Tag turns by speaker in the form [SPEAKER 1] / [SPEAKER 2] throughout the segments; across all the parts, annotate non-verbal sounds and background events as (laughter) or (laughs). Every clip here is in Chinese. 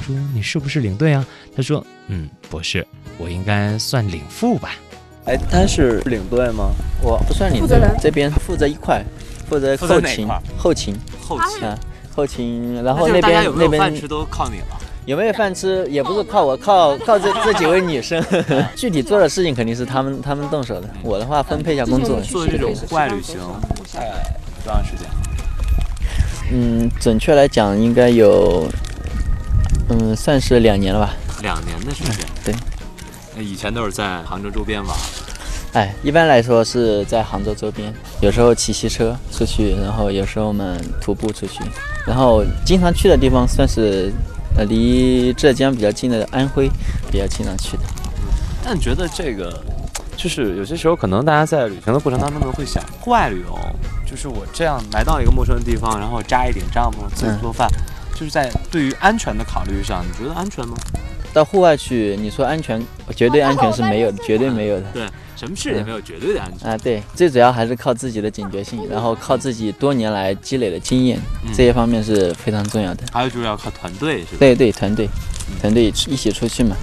[SPEAKER 1] 说：“你是不是领队啊？”他说：“嗯，不是，我应该算领副吧。
[SPEAKER 2] 哎，他是领队吗？我不算领
[SPEAKER 3] 负责
[SPEAKER 2] 队
[SPEAKER 3] 人，
[SPEAKER 2] 这边负责一块，负责
[SPEAKER 4] 负责
[SPEAKER 2] 后
[SPEAKER 4] 哪一
[SPEAKER 2] 勤
[SPEAKER 4] 块，
[SPEAKER 2] 后勤，
[SPEAKER 4] 后期，
[SPEAKER 2] 啊，后勤，然
[SPEAKER 4] 那
[SPEAKER 2] 后
[SPEAKER 4] 就
[SPEAKER 2] 那
[SPEAKER 4] 是大家
[SPEAKER 2] 边
[SPEAKER 4] 有没
[SPEAKER 2] 那
[SPEAKER 4] 有饭
[SPEAKER 2] 边
[SPEAKER 4] 吃都靠你了。
[SPEAKER 2] 有没有饭吃，也不是靠我，靠靠这这几位女生， (laughs) 具体做的事情肯定是他们他们动手的，我的话分配一下工
[SPEAKER 3] 嗯
[SPEAKER 2] 作，
[SPEAKER 4] 嗯做这种户外旅行大概多长时间？
[SPEAKER 2] 嗯，准确来讲应该有，嗯，算是两年了吧，
[SPEAKER 4] 两年的时间。
[SPEAKER 2] 对。
[SPEAKER 4] 那以前都是在杭州周边玩，
[SPEAKER 2] 哎，一般来说是在杭州周边，有时候骑骑车出去，然后有时候我们徒步出去，然后经常去的地方算是，呃，离浙江比较近的安徽比较经常去的。
[SPEAKER 4] 但你觉得这个，就是有些时候可能大家在旅行的过程当中呢，会想户外旅游，就是我这样来到一个陌生的地方，然后扎一点帐篷，自己做饭，就是在对于安全的考虑上，你觉得安全吗？
[SPEAKER 2] 到户外去，你说安全，绝对安全是没有的，绝对没有的。
[SPEAKER 4] 对，什么事也没有绝对的安
[SPEAKER 2] (laughs)
[SPEAKER 4] 全。
[SPEAKER 2] 啊，对，最主要还是靠自己的警觉性，然后靠自己多年来积累的经验，
[SPEAKER 4] 嗯
[SPEAKER 2] 这些方面是非常重要的。
[SPEAKER 4] 还有就是要靠团队，是吧？
[SPEAKER 2] 对对，团队，团队一起出去嘛，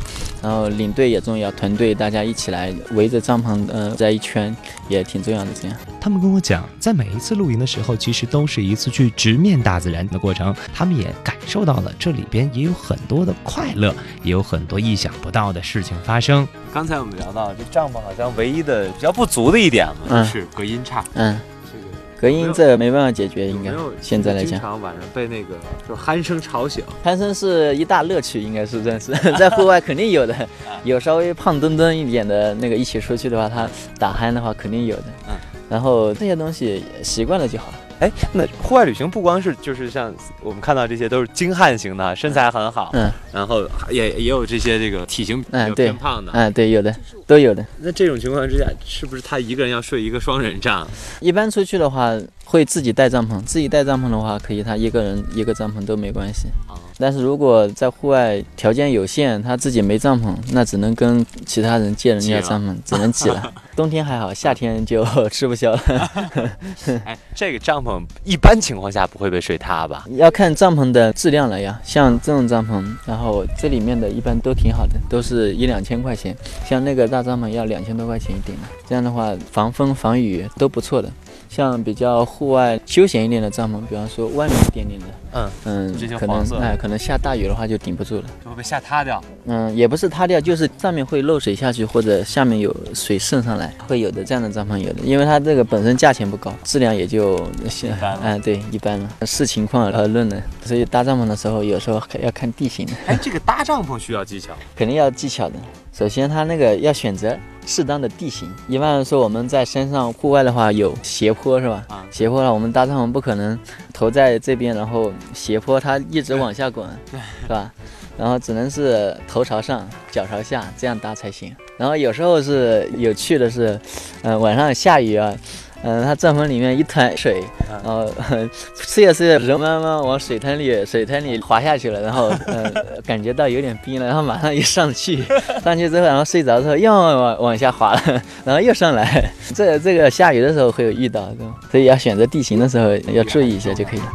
[SPEAKER 2] 然后领队也重要，团队大家一起来围着帐篷，呃，在一圈也挺重要的。这样，”
[SPEAKER 1] 他们跟我讲，在每一次露营的时候，其实都是一次去直面大自然的过程。他们也感受到了这里边也有很多的快乐，也有很多意想不到的事情发生。
[SPEAKER 4] 刚才我们聊到，这帐篷好像唯一的比较不足的一点嘛，
[SPEAKER 2] 嗯
[SPEAKER 4] 就是隔音差。
[SPEAKER 2] 嗯，
[SPEAKER 4] 这个
[SPEAKER 2] 隔音这没办法解决，应该现在来
[SPEAKER 4] 经
[SPEAKER 2] 讲，
[SPEAKER 4] 常晚上被那个就是鼾声吵醒，
[SPEAKER 2] 攀升是一大乐趣，应该是算 (laughs) 是在户外肯定有的，有稍微胖墩墩一点的那个一起出去的话，他打鼾的话肯定有的
[SPEAKER 4] 嗯。
[SPEAKER 2] 然后这些东西习惯了就好了。
[SPEAKER 4] 哎，那户外旅行不光是就是像我们看到这些都是精悍型的，身材很好，
[SPEAKER 2] 嗯
[SPEAKER 4] 然后也也有这些这个体型比
[SPEAKER 2] 嗯
[SPEAKER 4] 较
[SPEAKER 2] 对
[SPEAKER 4] 偏胖的。
[SPEAKER 2] 嗯，对，有的都有的。
[SPEAKER 4] 那这种情况之下，是不是他一个人要睡一个双人帐？
[SPEAKER 2] 一般出去的话，会自己带帐篷。自己带帐篷的话，可以他一个人一个帐篷都没关系。
[SPEAKER 4] 啊，
[SPEAKER 2] 但是如果在户外条件有限，他自己没帐篷，那只能跟其他人借人家
[SPEAKER 4] 挤了
[SPEAKER 2] 帐篷，只能挤了。冬天还好，夏天就 (laughs) 吃不消了。
[SPEAKER 4] 哎，这个帐篷一般情况下不会被睡塌吧？
[SPEAKER 2] 啊要看帐篷的质量了呀，像这种帐篷，然后这里面的一般都挺好的，都是一两千块钱，像那个大帐篷要两千多块钱一顶的，这样的话防风防雨都不错的。像比较户外休闲一点的帐篷，比方说外面一点点的，
[SPEAKER 4] 嗯这些
[SPEAKER 2] 嗯，可能
[SPEAKER 4] 黄色的
[SPEAKER 2] 哎，可能下大雨的话就顶不住了。
[SPEAKER 4] 就会被吓塌掉。
[SPEAKER 2] 嗯，也不是塌掉，就是上面会漏水下去，或者下面有水渗上来，会有的。这样的帐篷有的，因为它这个本身价钱不高，质量也就一
[SPEAKER 4] 般了
[SPEAKER 2] 哎，对，一般了，视情况而论的。所以搭帐篷的时候，有时候还要看地形的，
[SPEAKER 4] 哎，这个搭帐篷需要技巧。
[SPEAKER 2] 肯定要技巧的。首先，它那个要选择适当的地形。一般来说，我们在山上户外的话，有斜坡是吧？
[SPEAKER 4] 啊
[SPEAKER 2] 斜坡了，我们搭帐篷不可能头在这边，然后斜坡它一直往下滚，是吧？然后只能是头朝上，脚朝下，这样搭才行。然后有时候是有趣的是，嗯、晚上下雨啊，嗯、它帐篷里面一滩水，然后、呃 (laughs) 吃着吃着，人慢慢往水滩里水滩里滑下去了，然后嗯、呃感觉到有点冰了，然后马上又上去， (laughs) 上去之后，然后睡着之后又往往往下滑了，然后又上来。这这个下雨的时候会有遇到，对吧所以要选择地形的时候要注意一下就可以了。